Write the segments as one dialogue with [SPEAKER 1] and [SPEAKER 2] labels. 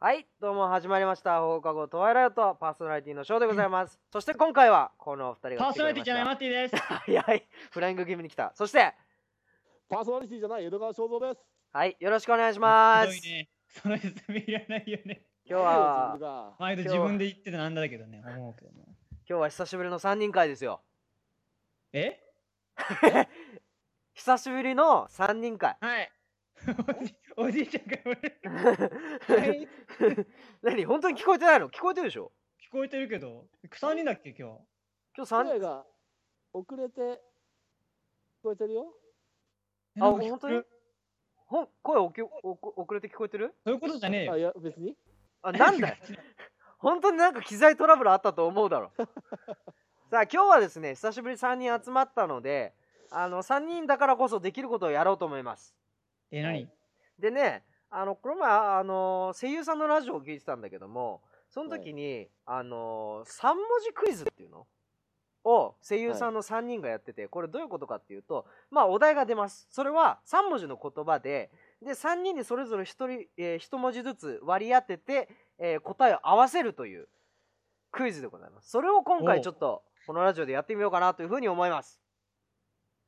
[SPEAKER 1] はい、どうも始まりました。放課後トワイライトパーソナリティのショーでございます。そして今回はこのお二人
[SPEAKER 2] パ
[SPEAKER 1] が
[SPEAKER 2] ー
[SPEAKER 1] 来てく
[SPEAKER 2] ソナ
[SPEAKER 1] れ
[SPEAKER 2] リティじゃないマッティです。
[SPEAKER 1] ました。早い、フライング気味に来た。そして、
[SPEAKER 3] パーソナリティじゃない江戸川正蔵です。
[SPEAKER 1] はい、よろしくお願いします。
[SPEAKER 2] ひどいね。その説明いらないよね。
[SPEAKER 1] 今日は
[SPEAKER 3] 自分、が
[SPEAKER 2] 毎度
[SPEAKER 1] 今日
[SPEAKER 2] 自
[SPEAKER 1] は
[SPEAKER 2] 分で言ってたなんだけどね。思うけどね。
[SPEAKER 1] 今日は久しぶりの3人会ですよ。
[SPEAKER 2] え
[SPEAKER 1] 久しぶりの3人会。
[SPEAKER 2] はい。 おじいちゃんが俺、い
[SPEAKER 1] 何本当に聞こえてないの聞こえてるでしょ
[SPEAKER 2] 聞こえてるけど、3人だっけ今日。
[SPEAKER 1] 今日3
[SPEAKER 3] 声が遅れて聞こえてるよ。
[SPEAKER 2] え
[SPEAKER 1] あ
[SPEAKER 2] なんか聞
[SPEAKER 1] 本当
[SPEAKER 2] こえ
[SPEAKER 1] に
[SPEAKER 2] る
[SPEAKER 1] ほん声おきおこ遅れて聞こえてる
[SPEAKER 2] そういうことじゃねえ
[SPEAKER 3] あ
[SPEAKER 2] よ。
[SPEAKER 3] いや別に。
[SPEAKER 1] あなんだよ本当になんか機材トラブルあったと思うだろさあ今日はですね久しぶり3人集まったのであの3人だからこそできることをやろうと思います
[SPEAKER 2] え、何
[SPEAKER 1] でねあのこの前あの声優さんのラジオを聞いてたんだけどもその時に、あの3文字クイズっていうのを声優さんの3人がやってて、これどういうことかっていうとまあお題が出ますそれは3文字の言葉でで3人にそれぞれ 1, 人、えー一文字ずつ割り当てて、えー答えを合わせるというクイズでございますそれを今
[SPEAKER 2] お
[SPEAKER 1] 回
[SPEAKER 2] う
[SPEAKER 1] ちょっとこのラジオでやってみようかなというふうに思います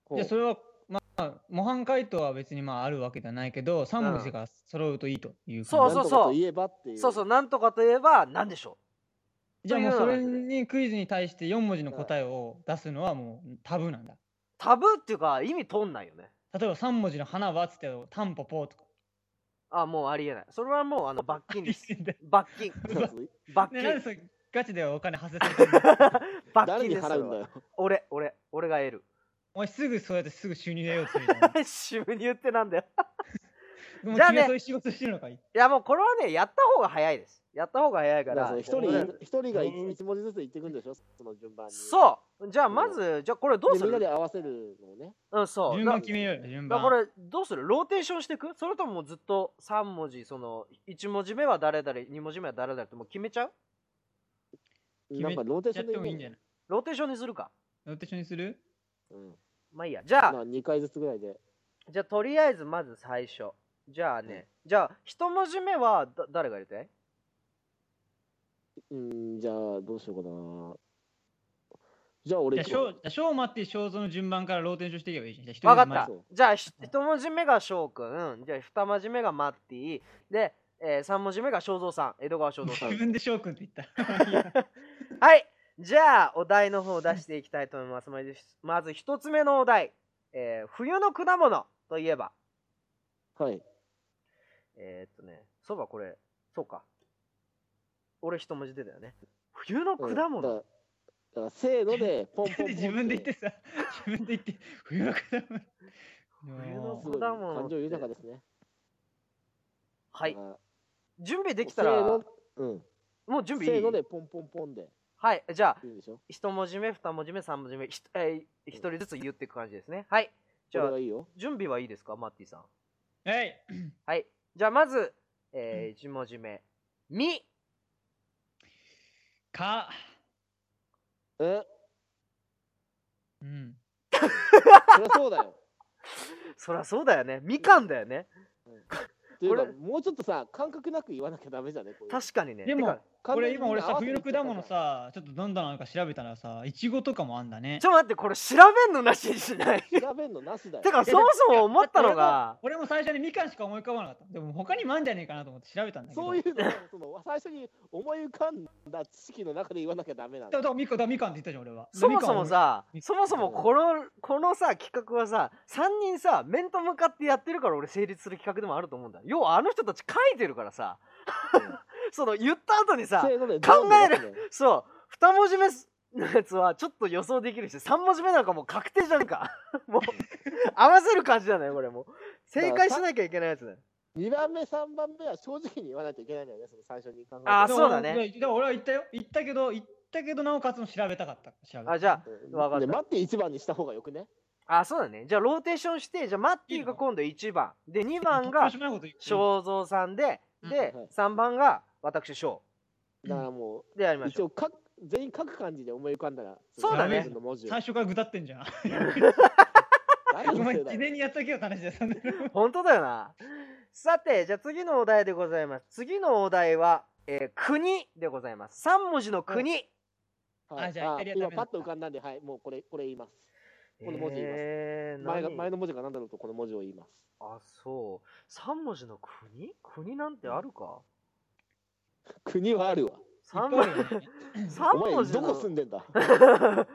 [SPEAKER 3] こ
[SPEAKER 2] じ
[SPEAKER 3] う
[SPEAKER 2] ゃそれは、まあ、模範解答は別にまああるわけではないけど、3文字が揃うといいという
[SPEAKER 1] そ
[SPEAKER 2] 感
[SPEAKER 1] う
[SPEAKER 2] じ
[SPEAKER 1] そうそう
[SPEAKER 3] なんとかと言えばっていう。
[SPEAKER 1] そうそうなんとかといえば何でしょ
[SPEAKER 2] じゃあもう
[SPEAKER 1] そう
[SPEAKER 2] そ
[SPEAKER 1] いう
[SPEAKER 2] れ
[SPEAKER 1] のなん
[SPEAKER 2] にクイズに対して4文字の答えを出すのはもうタブーなんだ。
[SPEAKER 1] うタブーっていうか意味通んないよね
[SPEAKER 2] 例えば3文字の花はっつってタンポポとか。
[SPEAKER 1] あもうありえないそれはもうあの罰金 です罰金
[SPEAKER 3] 雑に
[SPEAKER 1] 罰
[SPEAKER 2] ね、なんで
[SPEAKER 1] 金
[SPEAKER 2] それガチでお金発生するんだ
[SPEAKER 1] 罰
[SPEAKER 3] 誰
[SPEAKER 1] 金
[SPEAKER 3] に
[SPEAKER 1] です
[SPEAKER 3] 払うんだ
[SPEAKER 1] よ
[SPEAKER 3] よ。
[SPEAKER 1] 俺俺俺が得る
[SPEAKER 2] お前すぐそうやってすぐ収入得ようとするじゃん
[SPEAKER 1] 収入ってなんだよ
[SPEAKER 2] もう
[SPEAKER 1] じゃあね
[SPEAKER 2] 君はそういう仕事してるのかい
[SPEAKER 1] いやもうこれはねやった方が早いですやった方が早いか
[SPEAKER 3] だから
[SPEAKER 1] ら
[SPEAKER 3] その一
[SPEAKER 1] もうね
[SPEAKER 3] 人一人が一
[SPEAKER 1] うん
[SPEAKER 3] 一文字ずつ言っていくんでしょ。その順番に。
[SPEAKER 1] そうじゃあまずじゃあこれどう
[SPEAKER 3] ですみんなで
[SPEAKER 1] る
[SPEAKER 3] 合わせるのね。
[SPEAKER 1] うんそう
[SPEAKER 2] 順
[SPEAKER 1] だ
[SPEAKER 2] 番決めようよ順
[SPEAKER 1] だ
[SPEAKER 2] 番
[SPEAKER 1] これどうするローテーションしていくそれとももうずっと3文字その1文字目は誰々2文字目は誰々ってもう決めちゃう
[SPEAKER 2] 決め
[SPEAKER 3] なんかローテーシ
[SPEAKER 2] や
[SPEAKER 3] ョ
[SPEAKER 2] っ
[SPEAKER 3] ンで
[SPEAKER 2] てもいいんじゃ
[SPEAKER 3] い。
[SPEAKER 2] ない
[SPEAKER 1] ローテーションにするか
[SPEAKER 2] ローテーションにする
[SPEAKER 3] うん。
[SPEAKER 1] まあいいやじゃあ
[SPEAKER 3] まあ二回ずつぐらいで。
[SPEAKER 1] じゃあとりあえずまず最初じゃあね、じゃあ一文字目はだ誰が入れたい
[SPEAKER 3] うんじゃあどうしようかな。
[SPEAKER 2] じ
[SPEAKER 3] じゃあ
[SPEAKER 2] ゃ
[SPEAKER 3] 俺
[SPEAKER 2] あ
[SPEAKER 3] 行
[SPEAKER 2] し
[SPEAKER 3] こ
[SPEAKER 2] ょ
[SPEAKER 3] う。
[SPEAKER 2] うじゃあしょうまって小ぞの順番からローテーションしていけばいいじゃんじゃあ一人
[SPEAKER 1] 分かっ
[SPEAKER 2] ずつ前
[SPEAKER 1] た
[SPEAKER 3] そう
[SPEAKER 1] じゃあひ一文字目が翔くんじゃあ二文字目がマッティで、えー、三文字目が正蔵さん江戸川正蔵さん
[SPEAKER 2] 自分で翔くんって言ったい や
[SPEAKER 1] はいじゃあお題の方を出していきたいと思いますまずひまず一つ目のお題、えー冬の果物といえば
[SPEAKER 3] はい。
[SPEAKER 1] えー、っとねそうばこれそうか俺一文字出たよね冬の果
[SPEAKER 3] うん
[SPEAKER 1] 物、
[SPEAKER 3] だからだからせーのでポンポンポン
[SPEAKER 2] で 自分で言ってさ自分で言って冬の果物
[SPEAKER 1] 冬の
[SPEAKER 2] も
[SPEAKER 3] す
[SPEAKER 2] う
[SPEAKER 3] ごい
[SPEAKER 1] 果物って
[SPEAKER 3] 感情豊かですね。
[SPEAKER 1] はい
[SPEAKER 3] だから
[SPEAKER 1] 準備できたら
[SPEAKER 3] せー
[SPEAKER 1] も
[SPEAKER 3] の、うん。
[SPEAKER 1] う準
[SPEAKER 3] せ
[SPEAKER 1] 備い
[SPEAKER 3] ー
[SPEAKER 1] い
[SPEAKER 3] のでポンポンポンで
[SPEAKER 1] はいじゃあ
[SPEAKER 3] 言うでしょ。
[SPEAKER 1] 一文字目二文字目三文字目ひ、えー一人ずつ言っていく感じですねはいじ
[SPEAKER 3] こ
[SPEAKER 1] ゃ
[SPEAKER 3] れ
[SPEAKER 1] あ
[SPEAKER 3] がいいよ。
[SPEAKER 1] 準備はいいですかマッティさん
[SPEAKER 2] はい
[SPEAKER 1] はいじゃあまず、えー、1文字目「み
[SPEAKER 2] か
[SPEAKER 3] え、
[SPEAKER 2] うん
[SPEAKER 3] そりゃそう だよ。」
[SPEAKER 1] そりゃそうだよねみかんだよね
[SPEAKER 3] というか
[SPEAKER 1] これ
[SPEAKER 3] もうちょっとさ感覚なく言わなきゃダメじゃね。こういうの
[SPEAKER 1] 確かにね
[SPEAKER 2] でも
[SPEAKER 1] てか
[SPEAKER 2] これ今俺さ
[SPEAKER 3] 完
[SPEAKER 2] 冬
[SPEAKER 3] 全に
[SPEAKER 2] の
[SPEAKER 3] 合わせて
[SPEAKER 2] 果物さちょっとどんどんなんか調べたらさいちごとかもあんだね
[SPEAKER 1] ちょっと待ってこれ調べんのなしにし ない
[SPEAKER 3] 言ったから調べんのなしだよ。
[SPEAKER 1] てかそもそも思ったのが
[SPEAKER 2] 俺も最初にみかんしか思い浮かばなかったでも他にもあんじゃねえかなと思って調べたんだけど
[SPEAKER 3] そういうのをその最初に思い浮かんだ知識の中で言わなきゃダメなん
[SPEAKER 2] だ
[SPEAKER 3] だ。
[SPEAKER 2] だみかんだみかんって言ったじゃん俺は
[SPEAKER 1] そもそもさ
[SPEAKER 2] みか
[SPEAKER 1] そもそもこのこのさ企画はさ3人さ面と向かってやってるから俺成立する企画でもあると思うんだ要はあの人たち書いてるからさ その言った後にさ
[SPEAKER 3] せーので
[SPEAKER 1] 考える
[SPEAKER 3] る。
[SPEAKER 1] そう二文字目のやつはちょっと予想できるし三文字目なんかもう確定じゃんか もう合わせる感じじゃないこれもう正解しなきゃいけないやつだよ
[SPEAKER 3] 二番目三番目は正直に言わないといけないんだよね。その最初に考えて。
[SPEAKER 1] あ
[SPEAKER 2] でも
[SPEAKER 1] そうだね
[SPEAKER 2] いやだから俺は言ったよ言ったけど言ったけどなおかつも調べたかった調べた
[SPEAKER 1] あじゃ
[SPEAKER 3] うん
[SPEAKER 1] わかった
[SPEAKER 3] で待って一番にした方がよくね。
[SPEAKER 1] ああそうだねじゃあローテーションしてじゃあマッティが今度1番で2番
[SPEAKER 2] どう
[SPEAKER 1] が
[SPEAKER 2] しようもないこと言ってる
[SPEAKER 1] 正蔵さんで
[SPEAKER 2] うん
[SPEAKER 1] で
[SPEAKER 3] うん
[SPEAKER 1] 3番が私翔
[SPEAKER 3] だからも
[SPEAKER 1] でやりま
[SPEAKER 3] う
[SPEAKER 1] し
[SPEAKER 3] 一
[SPEAKER 1] ょ
[SPEAKER 3] 応書く全員書く感じで思い浮かんだら。
[SPEAKER 1] そうだね
[SPEAKER 3] 自分の文字を
[SPEAKER 2] 最初からぐだってんじゃん
[SPEAKER 3] 大
[SPEAKER 2] お
[SPEAKER 3] 学
[SPEAKER 2] 前
[SPEAKER 3] 生だ
[SPEAKER 2] 事
[SPEAKER 3] よ
[SPEAKER 2] 前にやったけど話だよそんなの
[SPEAKER 1] う本当だよなさて、じゃあ次のお題でございます。次のお題は、えー国でございます。3文字の国。
[SPEAKER 3] はい
[SPEAKER 2] あじゃあイタリアダメ
[SPEAKER 3] 今
[SPEAKER 2] だ
[SPEAKER 3] パッと浮かんだんで、はい、もうこれ、これ言います。この文字言います
[SPEAKER 1] えー
[SPEAKER 3] 前が
[SPEAKER 1] 何
[SPEAKER 3] 前の文字が何だろうと、この文字を言います。
[SPEAKER 1] あ、そう。3文字の国国なんてあるか
[SPEAKER 3] 国はあるわ。
[SPEAKER 1] ?3
[SPEAKER 2] いっぱ
[SPEAKER 1] 文
[SPEAKER 2] いあるよね
[SPEAKER 1] 字。三
[SPEAKER 3] お前、
[SPEAKER 1] 文字
[SPEAKER 3] ど
[SPEAKER 1] の
[SPEAKER 3] こ住んでんだ
[SPEAKER 1] えー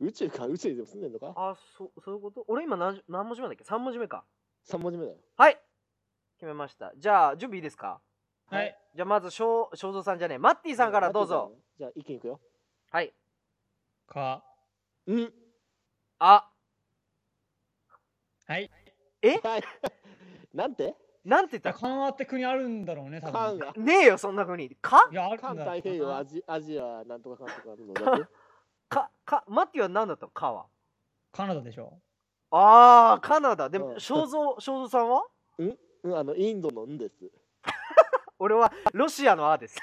[SPEAKER 3] 宇宙か、宇宙でも住んでんのか
[SPEAKER 1] あ、そ、そういうこと俺今何何文字目だっけ ?3 文字目か。
[SPEAKER 3] ?3 文字目だよ。
[SPEAKER 1] はい決めました。じゃあ、準備いいですか
[SPEAKER 2] はい。
[SPEAKER 1] じゃあ、まず、しょう、正蔵さんじゃねえ。マッティさんからどうぞ。。
[SPEAKER 3] じゃあ、一気にいくよ。
[SPEAKER 1] はい。
[SPEAKER 2] か。
[SPEAKER 3] うん。
[SPEAKER 1] あ。
[SPEAKER 2] はい。
[SPEAKER 1] え
[SPEAKER 3] はい。 なんて
[SPEAKER 1] なんて
[SPEAKER 2] いや
[SPEAKER 1] 言った
[SPEAKER 2] 関和って国あるんだろうね、多分。
[SPEAKER 3] 関が。
[SPEAKER 1] ねえよ、そんな国。か
[SPEAKER 2] いや、ある
[SPEAKER 3] 関
[SPEAKER 2] んだろうな
[SPEAKER 3] 太平洋、アジアジア、なんとかかんとかあるのだって。
[SPEAKER 1] か、か、マッティは何だったのかは。
[SPEAKER 2] カナダでしょ。
[SPEAKER 1] あー、カナダ。で
[SPEAKER 3] う
[SPEAKER 1] も、
[SPEAKER 3] ん
[SPEAKER 1] 正蔵、正蔵さんは
[SPEAKER 3] うん、あの、インドのんです。
[SPEAKER 1] 俺は、ロシアのあ です。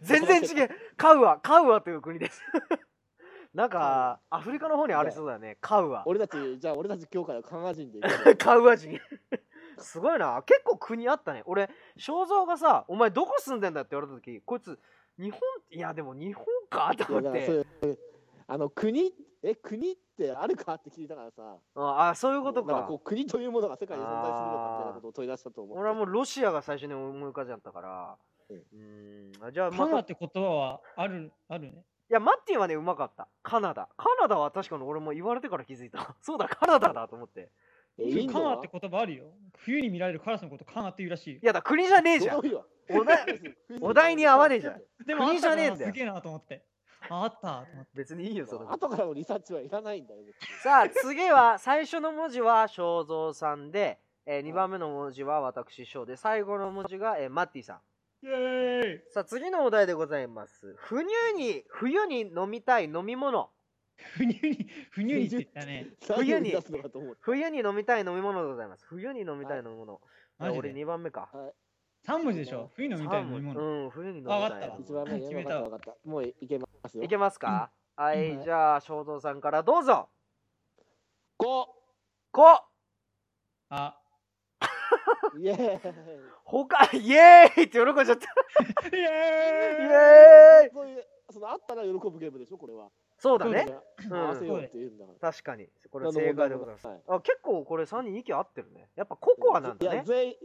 [SPEAKER 1] 全然違う。カウア、カウアという国です。 なんか、アフリカの方にありそうだよね。カウア。
[SPEAKER 3] 俺たち、じゃあ俺たち今日から関和人で行く
[SPEAKER 1] カウア人 すごいな結構国あったね俺正蔵がさ「お前どこ住んでんだ?」って言われた時こいつ日本いやでも日本かと
[SPEAKER 3] い
[SPEAKER 1] 思
[SPEAKER 3] やだ
[SPEAKER 1] っ
[SPEAKER 3] から
[SPEAKER 1] て
[SPEAKER 3] それあの国え国ってあるかって聞いたからさ
[SPEAKER 1] ああそういうこと
[SPEAKER 3] なん
[SPEAKER 1] か
[SPEAKER 3] こう国というものが世界に存在するのかみたいなことを問い出したと思う
[SPEAKER 1] 俺はもうロシアが最初に思い浮かんじゃったから
[SPEAKER 3] う
[SPEAKER 1] うんーんあじゃあ、ま
[SPEAKER 2] カ
[SPEAKER 1] た
[SPEAKER 2] ナダって言葉はある、あるね。
[SPEAKER 1] いやマッティはねうまかったカナダカナダは確かに俺も言われてから気づいた そうだカナダだと思って
[SPEAKER 3] えインド
[SPEAKER 2] カナダ
[SPEAKER 3] は
[SPEAKER 2] って言葉あるよ。冬に見られるカラスのことカナって言うらしいよ
[SPEAKER 1] い。やだ国じゃねえじゃん
[SPEAKER 3] どういうわ
[SPEAKER 1] お題お題に合わねえじゃん
[SPEAKER 2] でもあ
[SPEAKER 1] 国
[SPEAKER 2] っ
[SPEAKER 1] じゃ
[SPEAKER 2] た
[SPEAKER 1] ねえ
[SPEAKER 2] なん
[SPEAKER 1] だよ
[SPEAKER 2] すげえなと思って。ああったと思って。
[SPEAKER 1] 別にいいよその
[SPEAKER 3] 後からのリサーチはいらないんだよ別に
[SPEAKER 1] さあ次は最初の文字は正蔵さんで、え2番目の文字は私翔で最後の文字が、えーマッティさん
[SPEAKER 2] イェーイ
[SPEAKER 1] さあ次のお題でございます冬に冬に飲みたい飲み物
[SPEAKER 2] ふにゅに、ふにゅにって言ったね。
[SPEAKER 1] 冬に
[SPEAKER 3] 何を言い出すのかと思って
[SPEAKER 1] 冬に飲みたい飲み物でございます冬に飲みたい飲み物、
[SPEAKER 2] マジ
[SPEAKER 1] 俺
[SPEAKER 2] で。
[SPEAKER 1] 2番目か
[SPEAKER 2] 3文字でしょ。冬のみたいな飲み
[SPEAKER 1] 三
[SPEAKER 2] 物。
[SPEAKER 1] 文うん冬に飲み
[SPEAKER 2] わか
[SPEAKER 1] た
[SPEAKER 2] っ
[SPEAKER 1] い
[SPEAKER 2] たわ
[SPEAKER 3] 一番 目
[SPEAKER 2] 決め
[SPEAKER 3] ね分
[SPEAKER 2] た
[SPEAKER 3] かった分かったもういけますよ
[SPEAKER 1] いけますか、はい、
[SPEAKER 2] はい
[SPEAKER 1] じゃあ正蔵さんからどうぞ
[SPEAKER 3] こ
[SPEAKER 1] こ
[SPEAKER 2] あ。
[SPEAKER 3] うイエーイ
[SPEAKER 1] 他イエーイって喜んじゃった
[SPEAKER 2] イェーイ
[SPEAKER 1] イエーイ
[SPEAKER 3] そういうそのあったら喜ぶゲームでしょこれは
[SPEAKER 1] そうだね
[SPEAKER 3] みんな
[SPEAKER 1] うん
[SPEAKER 3] 合わせようって言うんだから
[SPEAKER 1] 確かにこれ
[SPEAKER 3] 何の
[SPEAKER 1] 正解
[SPEAKER 3] 問題
[SPEAKER 1] で
[SPEAKER 3] も
[SPEAKER 1] ござい
[SPEAKER 3] な
[SPEAKER 1] ま
[SPEAKER 3] い
[SPEAKER 1] す
[SPEAKER 3] はい
[SPEAKER 1] あ結構これ3人息合ってるねやっぱココアなんだ
[SPEAKER 3] いや
[SPEAKER 1] ね
[SPEAKER 3] 全員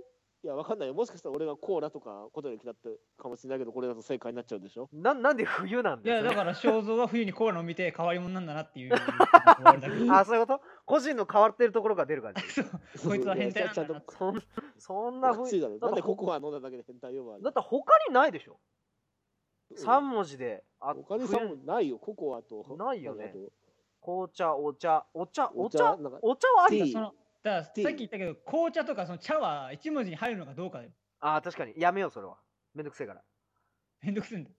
[SPEAKER 3] いやわかんないよもしかしたら俺がコーラとかことに嫌ってかもしれないけどこれだと正解になっちゃうでしょ
[SPEAKER 1] ななんで冬なん
[SPEAKER 2] い
[SPEAKER 1] だ
[SPEAKER 2] や、
[SPEAKER 1] よ
[SPEAKER 2] だ
[SPEAKER 1] それ
[SPEAKER 2] から肖像は冬にコーラ飲みて変わり者なんだなっていう。終わりだけど
[SPEAKER 1] あそういうこと個人の変わってるところが出る感じ
[SPEAKER 2] そう こいつは変態なん
[SPEAKER 3] ちゃ
[SPEAKER 2] だ
[SPEAKER 3] んと
[SPEAKER 2] な
[SPEAKER 3] お
[SPEAKER 2] って。
[SPEAKER 1] そんそんな
[SPEAKER 3] かし
[SPEAKER 1] 冬
[SPEAKER 3] いだろ
[SPEAKER 1] だ
[SPEAKER 3] なん
[SPEAKER 1] って
[SPEAKER 3] でココア飲んだだけで変態呼ばれ
[SPEAKER 1] だって他にないでしょ3文字であ
[SPEAKER 3] 他にさもないよココアと
[SPEAKER 1] ないよね
[SPEAKER 3] んかあと
[SPEAKER 1] 紅茶お茶お茶お茶
[SPEAKER 3] なんか
[SPEAKER 1] お茶はあ
[SPEAKER 3] ティ
[SPEAKER 1] り
[SPEAKER 3] ー
[SPEAKER 2] そのだからさっき言ったけど、紅茶とかその茶は一文字に入るのかどうかだよ。
[SPEAKER 1] あ確かにやめようそれはめんどくせえから
[SPEAKER 2] めんどくせえんだよ。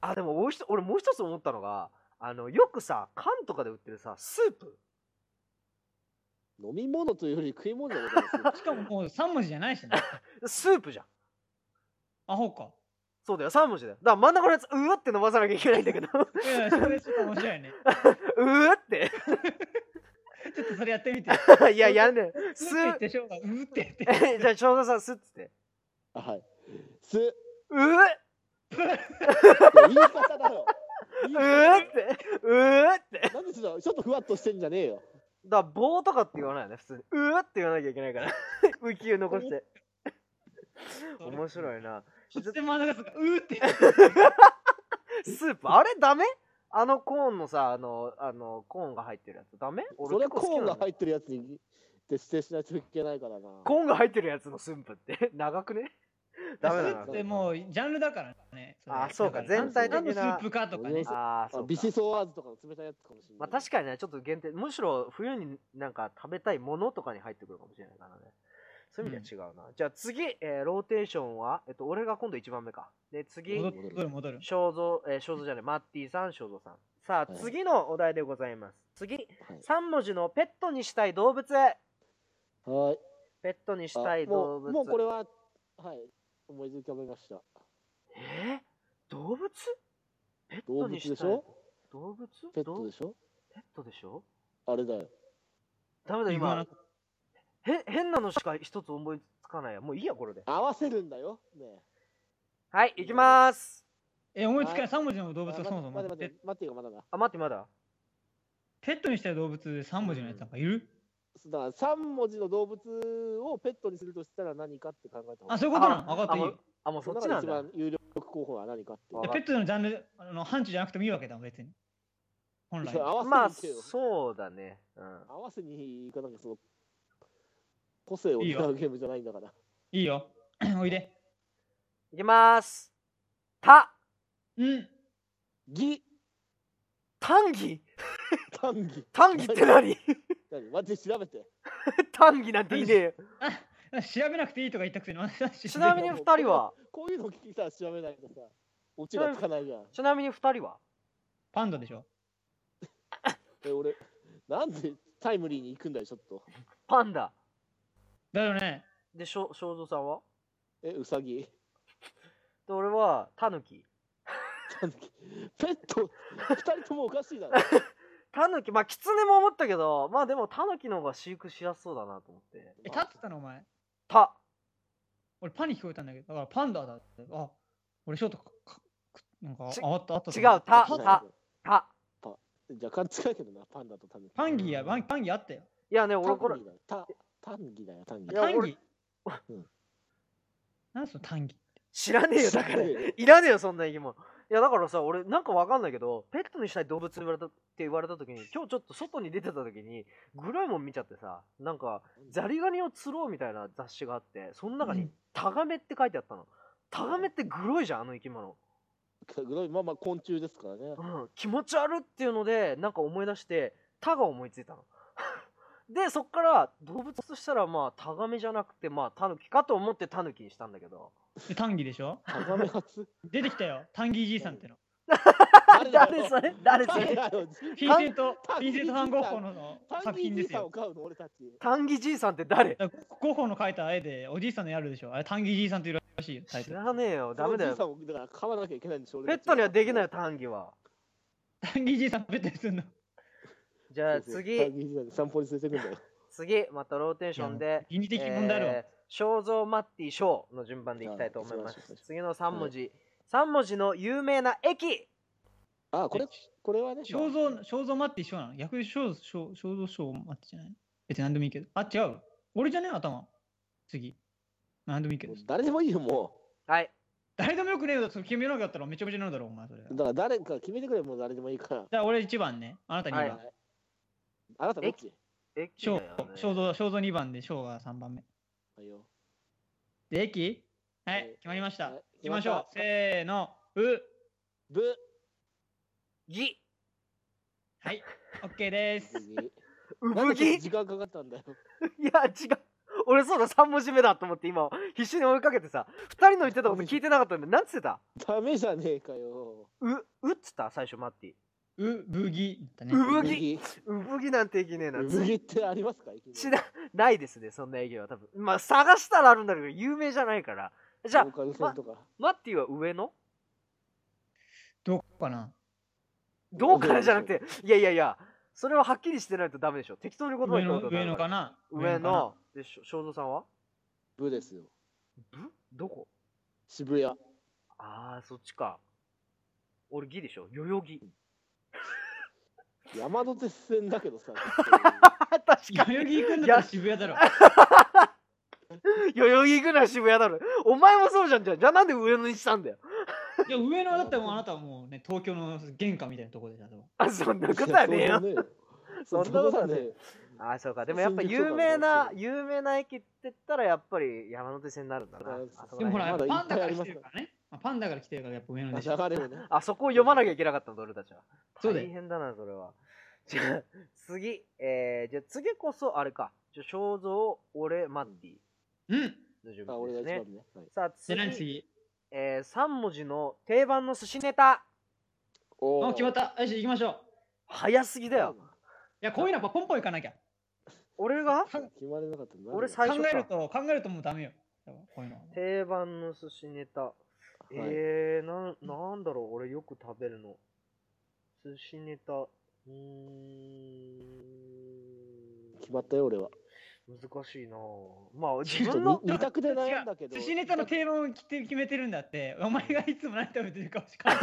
[SPEAKER 1] あでももう一つ俺もう一つ思ったのがあのよくさ缶とかで売ってるさスープ
[SPEAKER 3] 飲み物というより食い物だから
[SPEAKER 2] しかももう3文字じゃないしね。
[SPEAKER 1] スープじゃん
[SPEAKER 2] アホか。
[SPEAKER 1] そうだよ3文字だよだから真ん中のやつうわって伸ばさなきゃいけないんだけど
[SPEAKER 2] いや、それちょっと面白いね。
[SPEAKER 1] うわって
[SPEAKER 2] ちょっとそれやって みて。
[SPEAKER 1] いややんね
[SPEAKER 2] ス
[SPEAKER 1] ス
[SPEAKER 2] ーって
[SPEAKER 1] ープ
[SPEAKER 2] 言ってしょうが、うーって言って。
[SPEAKER 1] え じゃあ正蔵さんスッつって
[SPEAKER 3] はいすいう
[SPEAKER 1] ー
[SPEAKER 3] や言い方だろ言いう方
[SPEAKER 1] ーってうーってだか
[SPEAKER 3] なんでちょっとちょっとふわっとしてんじゃねえよ
[SPEAKER 1] ら棒とかって言わないよね普通にうーって言わなきゃいけないから 浮きを残して面白いな
[SPEAKER 2] そして真ん中がうーって言って。
[SPEAKER 1] スープあれダメあのコーンのさあのあのコーンが入ってるやつダメ
[SPEAKER 3] それはコーンが
[SPEAKER 1] っ
[SPEAKER 3] 入ってるやつにで指定しないといけないからな
[SPEAKER 1] コーンが入ってるやつのスープって 長くねダメだ
[SPEAKER 2] スー
[SPEAKER 1] な
[SPEAKER 2] プってもうジャンルだからね。れ
[SPEAKER 1] あそうか
[SPEAKER 2] だら
[SPEAKER 3] 全体的な
[SPEAKER 2] 何のスープかとかね。
[SPEAKER 1] あーそ
[SPEAKER 3] あ
[SPEAKER 1] うか
[SPEAKER 3] ビシソワーズとかの冷たいやつかもしれない
[SPEAKER 1] まあ確かにね、ちょっと限定、むしろ冬になんか食べたいものとかに入ってくるかもしれないからね。そういう意味では違うな。じゃあ次、えーローテーションは、えっと、俺が今度1番目か。で、次、
[SPEAKER 2] 戻る戻る。
[SPEAKER 1] 肖像、えー、肖像じゃない、マッティさん、肖像さん。さあ、
[SPEAKER 3] はい
[SPEAKER 1] 次のお題でございます。次、
[SPEAKER 3] はい
[SPEAKER 1] 3文字のペットにしたい動物。
[SPEAKER 3] はい
[SPEAKER 1] ペットにしたい
[SPEAKER 3] あも
[SPEAKER 1] 動
[SPEAKER 3] う
[SPEAKER 1] 物。
[SPEAKER 3] もうこれは、はい、思い浮かべました。
[SPEAKER 1] えー動物ペッ
[SPEAKER 3] 動
[SPEAKER 1] ト
[SPEAKER 3] 物で
[SPEAKER 1] に
[SPEAKER 3] し
[SPEAKER 1] したい。動
[SPEAKER 3] ょ
[SPEAKER 1] 物
[SPEAKER 3] ペットで
[SPEAKER 1] し
[SPEAKER 3] しょ
[SPEAKER 1] ペットでしょ
[SPEAKER 3] あれだよ。
[SPEAKER 1] ダメだ、
[SPEAKER 2] イグア
[SPEAKER 1] 今
[SPEAKER 2] ナ。
[SPEAKER 1] へ変なのしか一つ思いつかないやもういいやこれで
[SPEAKER 3] 合わせるんだよ。ねえ
[SPEAKER 1] はい行きます
[SPEAKER 2] え、思いつかない。3文字の
[SPEAKER 3] あ
[SPEAKER 2] 動物がそもそも
[SPEAKER 3] 待って待っ
[SPEAKER 2] ペ
[SPEAKER 3] て待ってよまだだ。
[SPEAKER 1] あ待ってまだ
[SPEAKER 2] ペットにしたい動物で3文字のやつなんかいる
[SPEAKER 3] だから三文字の動物をペットにするとしたら何かって考えた方が
[SPEAKER 2] あ、そういうことなの分かったい
[SPEAKER 1] あ
[SPEAKER 2] い
[SPEAKER 1] も
[SPEAKER 2] よ
[SPEAKER 1] う。あもうそ
[SPEAKER 3] そ
[SPEAKER 1] っ
[SPEAKER 3] の
[SPEAKER 1] ち
[SPEAKER 3] 中
[SPEAKER 1] な
[SPEAKER 3] で
[SPEAKER 1] んだ
[SPEAKER 3] 一番有力候補は何かっていう
[SPEAKER 1] わかっ
[SPEAKER 2] ペットのジャンル、あの範疇じゃなくてもいいわけだ、別に。本来
[SPEAKER 3] それ。合
[SPEAKER 1] まあ
[SPEAKER 3] わせに行けよ。
[SPEAKER 1] そうだねうん
[SPEAKER 3] 合わせに行かなきゃその個性を
[SPEAKER 2] いい
[SPEAKER 3] 使
[SPEAKER 2] よ
[SPEAKER 3] うゲームじゃないんだから。
[SPEAKER 2] いいよ。 おいで。
[SPEAKER 1] いきますた
[SPEAKER 2] うん。
[SPEAKER 3] 義
[SPEAKER 1] 単義
[SPEAKER 3] 単義
[SPEAKER 1] 単義って何
[SPEAKER 3] 何マジで調べて。
[SPEAKER 1] 単義なんていねえよ
[SPEAKER 2] あ調べなくていいとか言ったくせに、私は知
[SPEAKER 1] ち
[SPEAKER 2] らない
[SPEAKER 1] なみに二人は
[SPEAKER 3] こういうの聞いたら調べないとさ、オチがつかないじゃん。
[SPEAKER 1] ちなみに二人は
[SPEAKER 2] パンダでしょ。
[SPEAKER 3] え、俺、なんでタイムリーに行くんだよ、ちょっと。
[SPEAKER 1] パンダ
[SPEAKER 2] だよね。
[SPEAKER 1] でしょ正蔵さんは
[SPEAKER 3] え、ウサギ。
[SPEAKER 1] で俺はタヌキ
[SPEAKER 3] タヌキペット、二人ともおかしいだろ。
[SPEAKER 1] タヌキまあキツネも思ったけどまあでもタヌキの方が飼育しやすそうだなと思って
[SPEAKER 2] え、立ってたの、お前。
[SPEAKER 1] た
[SPEAKER 2] 俺、パンに聞こえたんだけど、だからパンダだって。あ、俺、ショートか、かくなんか、
[SPEAKER 1] ち
[SPEAKER 2] ああった、あったと思う。
[SPEAKER 1] 違うた
[SPEAKER 3] 立って
[SPEAKER 1] た
[SPEAKER 3] た
[SPEAKER 1] た
[SPEAKER 3] 若干近いけどな、パンダとタヌキ。
[SPEAKER 2] パンギーや、パンパンギーあったよ。
[SPEAKER 1] いやね
[SPEAKER 3] タンギーだ
[SPEAKER 1] 俺
[SPEAKER 3] よ
[SPEAKER 1] これ
[SPEAKER 3] タタンギーだよ、タンギ
[SPEAKER 1] いや
[SPEAKER 2] タン
[SPEAKER 1] 俺
[SPEAKER 2] ギ
[SPEAKER 3] うん
[SPEAKER 2] なんすの、タンギ
[SPEAKER 1] 知らねえよ
[SPEAKER 3] ー。
[SPEAKER 1] だから
[SPEAKER 3] い
[SPEAKER 1] いらねえよそんな生き物いやだからさ俺なんかわかんないけどペットにしたい動物言われたって言われた時に今日ちょっと外に出てた時にグロいもん見ちゃってさなんかザリガニを釣ろうみたいな雑誌があってその中
[SPEAKER 2] う
[SPEAKER 1] に
[SPEAKER 2] ん
[SPEAKER 1] タガメって書いてあったのタガメってグロいじゃんあの生き物
[SPEAKER 3] グロい、まあまあ昆虫ですからね
[SPEAKER 1] う。ん、気持ち悪っていうのでなんか思い出してタが思いついたの でそっから動物としたらまあタガメじゃなくてまあタヌキかと思ってタヌキにしたんだけど
[SPEAKER 2] ー。でタンギーでしょ
[SPEAKER 3] タガ メ初
[SPEAKER 2] 出てきたよ。タンギーじいさんっての。
[SPEAKER 1] 誰それ誰そ
[SPEAKER 3] 誰
[SPEAKER 1] れ
[SPEAKER 3] だよ
[SPEAKER 2] フィンセント、フ
[SPEAKER 3] タン
[SPEAKER 2] ィンセント・ファン・ゴッホの
[SPEAKER 3] タン
[SPEAKER 2] 作
[SPEAKER 3] ギー
[SPEAKER 2] 品
[SPEAKER 3] じ
[SPEAKER 2] で
[SPEAKER 3] い
[SPEAKER 2] す
[SPEAKER 3] さん
[SPEAKER 2] よ
[SPEAKER 3] を。飼うの、俺たち。
[SPEAKER 1] タンギじいさんって誰
[SPEAKER 2] だからゴッホの描いた絵で、おじいさんのやるでしょ。あれ、タンギーじいさんっていうらしいよ、タイ
[SPEAKER 1] 知
[SPEAKER 2] トル。
[SPEAKER 1] らねえよダメだ
[SPEAKER 3] そのじいさ
[SPEAKER 1] よ
[SPEAKER 3] んをだから飼わなきゃいけないんでしょ、。
[SPEAKER 1] ペットにはできないいよタンギは
[SPEAKER 2] タンギーじいさんペットにすんの。
[SPEAKER 1] じゃあ
[SPEAKER 3] そうそうタ
[SPEAKER 1] 次
[SPEAKER 3] ンギーじいさん散歩に連れてくんだよ。
[SPEAKER 1] 次またローテーションで
[SPEAKER 2] 倫理的問題あるわ。
[SPEAKER 1] えー肖像マッティ小の順番でいきたいと思いま
[SPEAKER 3] はい
[SPEAKER 1] す
[SPEAKER 3] そうです
[SPEAKER 1] 次の3文字、三3文字の有名な駅
[SPEAKER 3] あ、これ、これはね、
[SPEAKER 2] 肖像、肖像マッティ一緒なの逆に肖像、肖肖像ショーマッティじゃない別に何でもいいけど。あ、違う。俺じゃねえ頭。次。何でもいいけ
[SPEAKER 3] も
[SPEAKER 2] ど
[SPEAKER 3] う。誰でもいいよ、も
[SPEAKER 1] はい
[SPEAKER 2] 誰でもよくねえよ。それ決めなかったらめちゃめちゃになるだろ、お前それ。
[SPEAKER 3] う。
[SPEAKER 2] じ
[SPEAKER 3] だから誰か決めてくれ、もう誰でもいいから。
[SPEAKER 2] ゃあ俺1番ね。あなた2
[SPEAKER 1] はい
[SPEAKER 2] 番
[SPEAKER 1] は。
[SPEAKER 3] あなたどっち
[SPEAKER 1] 駅
[SPEAKER 2] ショ
[SPEAKER 1] だよ
[SPEAKER 2] ー
[SPEAKER 1] ね
[SPEAKER 2] 肖像、肖像2番で、ショーが3番目。
[SPEAKER 3] はいよ
[SPEAKER 2] で、駅は
[SPEAKER 3] はい
[SPEAKER 2] い、決まりました。
[SPEAKER 3] はい
[SPEAKER 2] 行きましょう。
[SPEAKER 3] 決まった
[SPEAKER 2] せーの、う。
[SPEAKER 3] ブ
[SPEAKER 1] ぎ
[SPEAKER 2] はい、オッケーです。
[SPEAKER 1] う
[SPEAKER 3] なん
[SPEAKER 1] ぶ
[SPEAKER 3] でちょっ
[SPEAKER 1] ぎ
[SPEAKER 3] と時間かかったんだよ。
[SPEAKER 1] いや、違う。俺そうだ、3文字目だと思って今、必死に追いかけてさ、2人の言ってたこと聞いてなかったんで、なんつってた
[SPEAKER 3] ダメじゃねえかよ。
[SPEAKER 1] う、うっつった最初、マッティ。
[SPEAKER 2] う、ブギだね。
[SPEAKER 1] うぶぎ
[SPEAKER 3] ぎ
[SPEAKER 1] うぶぎなんていきねえな。
[SPEAKER 3] うぶぎってありますか
[SPEAKER 1] 知ら、ない ですね、そんな営業は多分。まあ、探したらあるんだけど、有名じゃないから。じゃあ
[SPEAKER 3] ロー、カル線とか。
[SPEAKER 1] マッティは上野
[SPEAKER 2] どうかな
[SPEAKER 1] どうからじゃなくて、いやいやいや、それははっきりしてないとダメでしょ。適当に言葉
[SPEAKER 2] 上
[SPEAKER 1] 言っ
[SPEAKER 2] の
[SPEAKER 1] たことにな
[SPEAKER 2] 上
[SPEAKER 1] る
[SPEAKER 2] の
[SPEAKER 1] から
[SPEAKER 2] かな
[SPEAKER 1] 上
[SPEAKER 2] か な
[SPEAKER 1] 野。で、しょ正蔵さんは
[SPEAKER 3] ブですよ。
[SPEAKER 1] ぶどこ
[SPEAKER 3] 渋谷。
[SPEAKER 1] あー、そっちか。俺、ぎでしょ代々木。
[SPEAKER 3] 山手線だけどさ。
[SPEAKER 1] あ、確か
[SPEAKER 2] 代
[SPEAKER 1] に。
[SPEAKER 2] 々木行くんだった
[SPEAKER 1] いや
[SPEAKER 2] ら渋谷だろ。
[SPEAKER 1] 代々木ぐらい渋谷だろ。お前もそうじゃんじゃん。じゃあなんで上野にしたんだよ。
[SPEAKER 2] いや、上のだってもうあなたはもう ね、東京の玄関みたいなところでだろ。
[SPEAKER 1] あ、そんなことはねえよ。
[SPEAKER 3] えよ。
[SPEAKER 1] そ
[SPEAKER 3] そ
[SPEAKER 1] ん
[SPEAKER 3] ん
[SPEAKER 1] な
[SPEAKER 3] な
[SPEAKER 1] こ
[SPEAKER 3] ことと
[SPEAKER 1] はね
[SPEAKER 3] はね
[SPEAKER 1] え
[SPEAKER 3] え
[SPEAKER 1] よ
[SPEAKER 3] よ。
[SPEAKER 1] あ、そうか。でもやっぱ有名な、有名な駅って言ったらやっぱり山手線になるんだな。
[SPEAKER 3] そう
[SPEAKER 1] あそこ
[SPEAKER 2] でもほら、
[SPEAKER 1] ら
[SPEAKER 2] や
[SPEAKER 1] 辺
[SPEAKER 2] っぱパンダ
[SPEAKER 3] ま
[SPEAKER 2] から
[SPEAKER 3] だいっ
[SPEAKER 2] 来て
[SPEAKER 3] ぱいあります
[SPEAKER 2] るからね。まあパンダから来てるからやっぱ上のでしょ。
[SPEAKER 3] 流れをね。
[SPEAKER 1] あそこを読まなきゃいけなかったんだ、俺たちは。
[SPEAKER 2] そうだよ
[SPEAKER 1] 大変だな、それは。じゃあ、次。えー、じゃあ次こそ、あれか。じゃあ肖像、俺、マッディ
[SPEAKER 2] うん。
[SPEAKER 1] の順
[SPEAKER 3] あ、
[SPEAKER 1] 番
[SPEAKER 3] 俺
[SPEAKER 1] で
[SPEAKER 3] が
[SPEAKER 1] す
[SPEAKER 3] 一
[SPEAKER 1] ね
[SPEAKER 3] 番。ね。はい
[SPEAKER 1] さあ、
[SPEAKER 2] で、何
[SPEAKER 1] 次。
[SPEAKER 2] 次
[SPEAKER 1] えー、3文字の定番の寿司ネタ。
[SPEAKER 3] おー
[SPEAKER 2] あ、決まった。よし、行きましょう。い
[SPEAKER 1] 早すぎだよ。。
[SPEAKER 2] や、こういうのやっぱポンポン行かなきゃ。
[SPEAKER 1] 俺が
[SPEAKER 2] か考
[SPEAKER 3] 決まれなかったな。
[SPEAKER 1] 俺
[SPEAKER 3] さ
[SPEAKER 1] 最初か
[SPEAKER 2] えると、考えるともうダメよ。こういうのは。
[SPEAKER 1] 定番の寿司ネタ、えー、なんなんだろう俺よく食べるの寿司ネタうーん
[SPEAKER 3] 決まったよ、俺は。
[SPEAKER 1] 難しいなぁまあ自
[SPEAKER 3] ちょっと
[SPEAKER 1] 分の
[SPEAKER 3] に二択で悩んだけど
[SPEAKER 2] 寿司ネタの定番を決め決めてるんだって、 お前がいつも何食べてるかをしか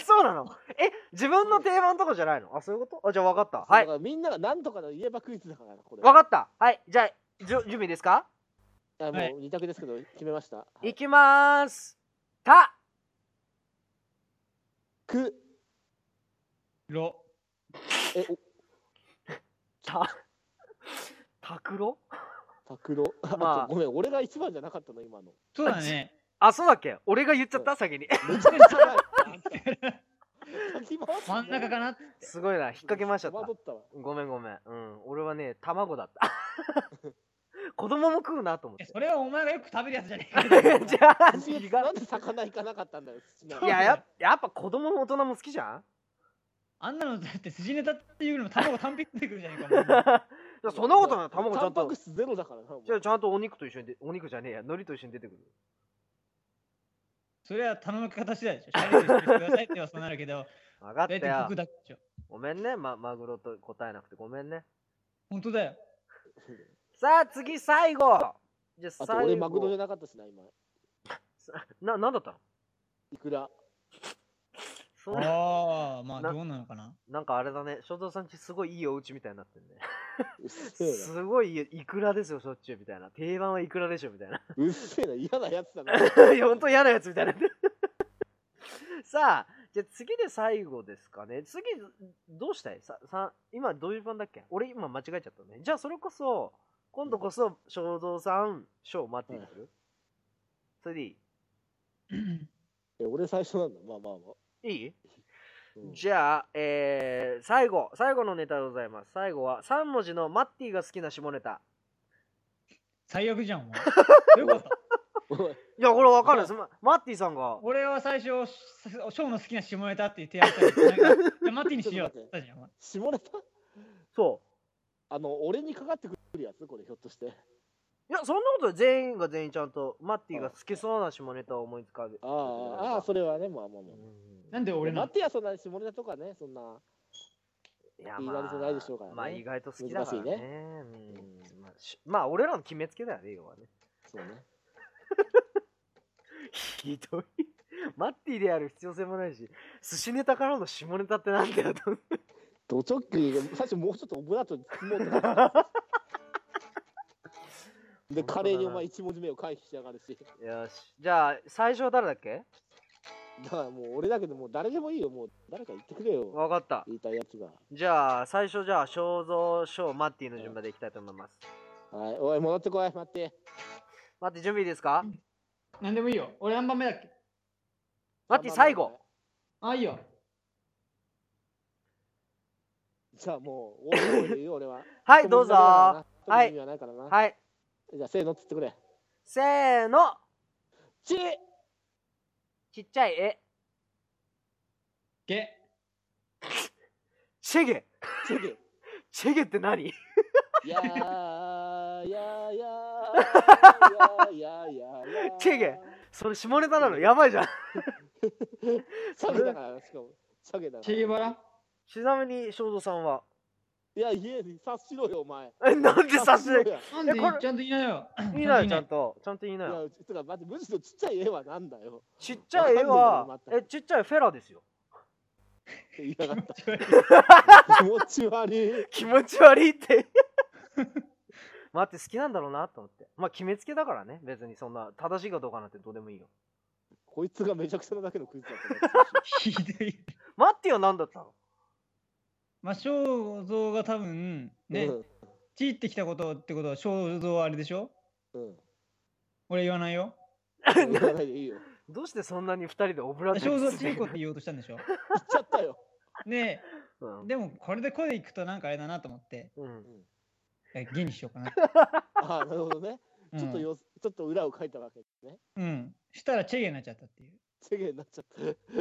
[SPEAKER 1] そうなのえ自分の定番とかじゃないのあそういうことあじゃあ分かったは
[SPEAKER 3] はいい、だからみんなが何とかの言えばクイズだからなこれ
[SPEAKER 1] 分かったはいじゃあじゅ準備ですか
[SPEAKER 2] は
[SPEAKER 3] あ
[SPEAKER 2] い
[SPEAKER 3] もう二択ですけど決めました、はい
[SPEAKER 1] いきまーすた
[SPEAKER 3] く
[SPEAKER 2] ろ。
[SPEAKER 3] えお
[SPEAKER 1] たたくろ
[SPEAKER 3] 拓郎
[SPEAKER 1] まあ
[SPEAKER 3] あとごめん俺が一番じゃなかったの今の
[SPEAKER 2] そうだね。
[SPEAKER 1] あそうだっけ俺が言っちゃった先に
[SPEAKER 3] めちゃくちゃない あんた先回し
[SPEAKER 2] 真ん中かな
[SPEAKER 1] すごいな引っ掛けましちゃっ
[SPEAKER 3] 戸惑
[SPEAKER 1] た
[SPEAKER 3] ったわ
[SPEAKER 1] ごめんごめんうん俺はね卵だった 子供も食うなと思っ
[SPEAKER 2] え
[SPEAKER 1] て
[SPEAKER 2] それはお前がよく食べるやつじゃねえか よ。
[SPEAKER 1] じゃあ
[SPEAKER 3] 寿司なんで魚行かなかったんだよ寿司なん
[SPEAKER 1] い
[SPEAKER 3] て
[SPEAKER 1] ややっやっぱ子供も大人も好きじゃん
[SPEAKER 2] あんなのだって寿司ネタっていうよりも卵単品出てくるじゃねえかお
[SPEAKER 1] い
[SPEAKER 2] 前。
[SPEAKER 1] やそんなことない卵ちゃん
[SPEAKER 3] タンパ
[SPEAKER 1] と
[SPEAKER 3] ク質ゼロだからなお前
[SPEAKER 1] じゃあちゃんとお肉と一緒にでお肉じゃねえや海苔と一緒に出てくる
[SPEAKER 2] それは頼む方次第でしょ。シャリと一緒にしてくださいってはそうなるけど、
[SPEAKER 1] 分かった
[SPEAKER 2] 大体
[SPEAKER 1] よ
[SPEAKER 2] 服だけでしょ。
[SPEAKER 1] ごめんね、ま、マグロと答えなくてごめんね
[SPEAKER 2] 本当だよ。
[SPEAKER 1] さあ次最後じゃあ
[SPEAKER 3] あと俺
[SPEAKER 1] 最
[SPEAKER 3] マグロ
[SPEAKER 1] 後
[SPEAKER 3] じゃなかったしな今
[SPEAKER 1] ななんだったの
[SPEAKER 3] いくら
[SPEAKER 1] それ
[SPEAKER 2] ああ、まあ
[SPEAKER 1] な
[SPEAKER 2] どうなのかな。
[SPEAKER 1] なんかあれだね正蔵さんちすごいいいお家みたいになってるね
[SPEAKER 3] うっせえ
[SPEAKER 1] すごいいいいくらですよしょっちゅうみたいな定番はいくらでしょみたいな
[SPEAKER 3] なうっせえな嫌なやつだな
[SPEAKER 1] いやほんと嫌なやつみたいな さあじゃあ次で最後ですかね次どうしたいささ今どういう番だっけ俺今間違えちゃったねじゃあそれこそ今度こそ正蔵さん賞待っていくる、それでい
[SPEAKER 3] え俺最初なんだまあまあまあ、
[SPEAKER 1] いいい
[SPEAKER 3] うん
[SPEAKER 1] じゃあ、えー、最後最後のネタでございます最後は3文字のマッティが好きな下ネタ
[SPEAKER 2] 最悪じゃん、お前。よかった。
[SPEAKER 3] おい
[SPEAKER 1] いやこれわかるんですまマッティさんが
[SPEAKER 2] 俺は最初、ショーの好きな下ネタって言ってやったけどなんかじゃあマッティにしようって言ったじゃん、お前。
[SPEAKER 3] 下ネタ
[SPEAKER 1] そ
[SPEAKER 3] あの俺にかかってくるやつこれひょっとして
[SPEAKER 1] ういやそんなことない全員が全員ちゃんとマッティが好きそうな下ネタを思いつかべ
[SPEAKER 3] ああああそれはねまあまあまあ
[SPEAKER 1] う
[SPEAKER 2] なんで俺
[SPEAKER 3] 待
[SPEAKER 2] の
[SPEAKER 3] ってやそんな下ネタとかねそんない
[SPEAKER 1] や
[SPEAKER 3] 言い
[SPEAKER 1] ま
[SPEAKER 3] 慣れてないでしょうから
[SPEAKER 1] あ
[SPEAKER 3] ね
[SPEAKER 1] まあ意外と好きだからね
[SPEAKER 3] 難しい
[SPEAKER 1] うんまあしまあ俺らの決めつけだよね要はね
[SPEAKER 3] そうね
[SPEAKER 1] ひどいマッティでやる必要性もないし寿司ネタからの下ネタってなんだよと
[SPEAKER 3] ド直球最初もうちょっとオブラートに包もうと思 ったで
[SPEAKER 1] 本当だな
[SPEAKER 3] 華麗にお前一文字目を回避しやがるし
[SPEAKER 1] よしじゃあ最初は誰だっけ
[SPEAKER 3] だからもう俺だけどもう誰でもいいよもう誰か言ってくれよ
[SPEAKER 1] わかった
[SPEAKER 3] 言いたいやつが
[SPEAKER 1] じゃあ最初じゃあ肖像ショーマッティの順番でいきたいと思います
[SPEAKER 3] はいおい戻ってこい待って
[SPEAKER 1] マッティ準備いいですか
[SPEAKER 2] 何でもいいよ。俺何番目だっけ
[SPEAKER 1] マッティ最後
[SPEAKER 2] ああ、いいよ。
[SPEAKER 3] じゃあもう俺の方で言う俺は
[SPEAKER 1] はいどうぞは
[SPEAKER 3] はい意味はないからな、
[SPEAKER 1] い
[SPEAKER 3] じゃあせーのっつってくれ
[SPEAKER 1] せーの
[SPEAKER 3] ち
[SPEAKER 1] ちっちゃい絵
[SPEAKER 2] ゲ、
[SPEAKER 1] チェゲ
[SPEAKER 3] ちげ
[SPEAKER 1] チェゲって何
[SPEAKER 3] やーやーやーやーやーやーやー
[SPEAKER 1] チェゲそれ下ネタなのやばいじゃん
[SPEAKER 3] チャゲだからしかもチャゲだか
[SPEAKER 2] チ
[SPEAKER 3] ら
[SPEAKER 2] ェゲバラ
[SPEAKER 1] ちなみに肖像さんはい
[SPEAKER 3] や家に察しろよお前
[SPEAKER 1] えなんで察しない
[SPEAKER 3] ろよ
[SPEAKER 2] なんで
[SPEAKER 1] えこれ
[SPEAKER 2] ちゃんと言いなよ。
[SPEAKER 1] いいなよ
[SPEAKER 2] ち
[SPEAKER 1] ち
[SPEAKER 2] ゃ
[SPEAKER 1] ゃ
[SPEAKER 2] ん
[SPEAKER 1] んとちゃんといいない
[SPEAKER 3] や
[SPEAKER 1] よ
[SPEAKER 3] てか待って無地のちっちゃい絵はなんだよ
[SPEAKER 1] ちっちゃい絵
[SPEAKER 3] わか
[SPEAKER 1] は
[SPEAKER 3] んないんだよま
[SPEAKER 1] えちっちゃいフェラですよ
[SPEAKER 3] 言いやがっ
[SPEAKER 2] と言いなよ
[SPEAKER 3] た気持ち悪
[SPEAKER 1] 気持ち悪いって 待って好きなんだろうなと思ってまあ決めつけだからね別にそんな正しいかどうかなんてどうでもいいよ
[SPEAKER 3] いこいつがめちゃくちゃなだけのクイズだったな
[SPEAKER 2] ひどい。
[SPEAKER 1] マッティは何だったの
[SPEAKER 2] まあ、肖像が多分、ね、ちいってきたことってことは、肖像はあれでしょ
[SPEAKER 3] うんうん
[SPEAKER 2] 俺言わないよ。
[SPEAKER 3] 言わないでいいよ
[SPEAKER 1] どうしてそんなに2人でオブラート
[SPEAKER 2] 肖像
[SPEAKER 1] に
[SPEAKER 2] ちいこって言おうとしたんでしょ
[SPEAKER 3] 言っちゃったよ
[SPEAKER 2] で、
[SPEAKER 1] うん
[SPEAKER 2] でもこれで声いくとなんかあれだなと思って、
[SPEAKER 1] うん
[SPEAKER 2] えゲにしようかな。
[SPEAKER 3] ああなるほどね
[SPEAKER 2] うん
[SPEAKER 3] ちょっとよちょっと裏を書いたわけですね
[SPEAKER 2] うん。したらチェゲになっちゃったっていう。
[SPEAKER 3] チェゲになっちゃっ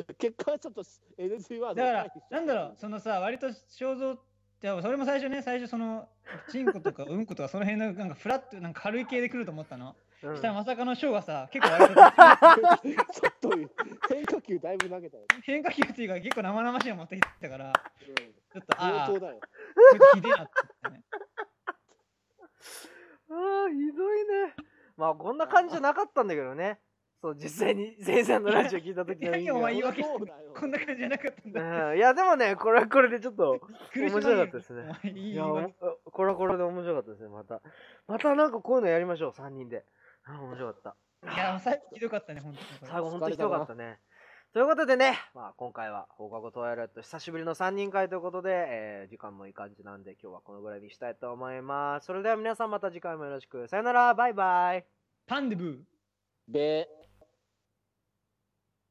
[SPEAKER 3] た結果はちょっと NG ワード
[SPEAKER 2] だから、なんだろう、そのさ、割と肖像って、それも最初ね、最初その、チンコとかうんことか、その辺の、なんかフラッと、なんか軽い系で来ると思ったの。
[SPEAKER 1] うん
[SPEAKER 2] したらまさかのショーがさ、結構割 と
[SPEAKER 3] ちょっと変化球だいぶ投げたよ、
[SPEAKER 2] 変化球っていうか、結構生々しいの持ってきてたから、ちょっと、ああ、
[SPEAKER 3] うん、
[SPEAKER 2] こ
[SPEAKER 3] 冒
[SPEAKER 2] い
[SPEAKER 3] 頭だよ
[SPEAKER 2] つひでえなって思ったね。
[SPEAKER 1] ああ、ひどいね。まあ、こんな感じじゃなかったんだけどね。そう、実際 に、せいさんのラジオ聞いた時の
[SPEAKER 2] いやいやお前
[SPEAKER 1] い
[SPEAKER 2] 言い訳
[SPEAKER 3] そうだよ
[SPEAKER 2] こんな感じじゃなかったんだ。
[SPEAKER 1] うん、いや、でもね、これはこれでちょっと、
[SPEAKER 2] 苦し紛れ
[SPEAKER 1] 面白かったですね。
[SPEAKER 2] お前いい
[SPEAKER 1] い
[SPEAKER 2] 言い
[SPEAKER 1] や、
[SPEAKER 2] 訳
[SPEAKER 1] おこれはこれで面白かったですね、また。またなんかこういうのやりましょう、3人で。あ面白かった。
[SPEAKER 2] いや、最後ひどかったね、本当にこれ。
[SPEAKER 1] 最後、本当にひどかったね。ということでね、まあ、今回は放課後トワイライト久しぶりの3人会ということで、えー時間もいい感じなんで今日はこのぐらいにしたいと思います。それでは皆さんまた次回もよろしく。さよなら、バイバイ。
[SPEAKER 2] パンデブー。
[SPEAKER 3] で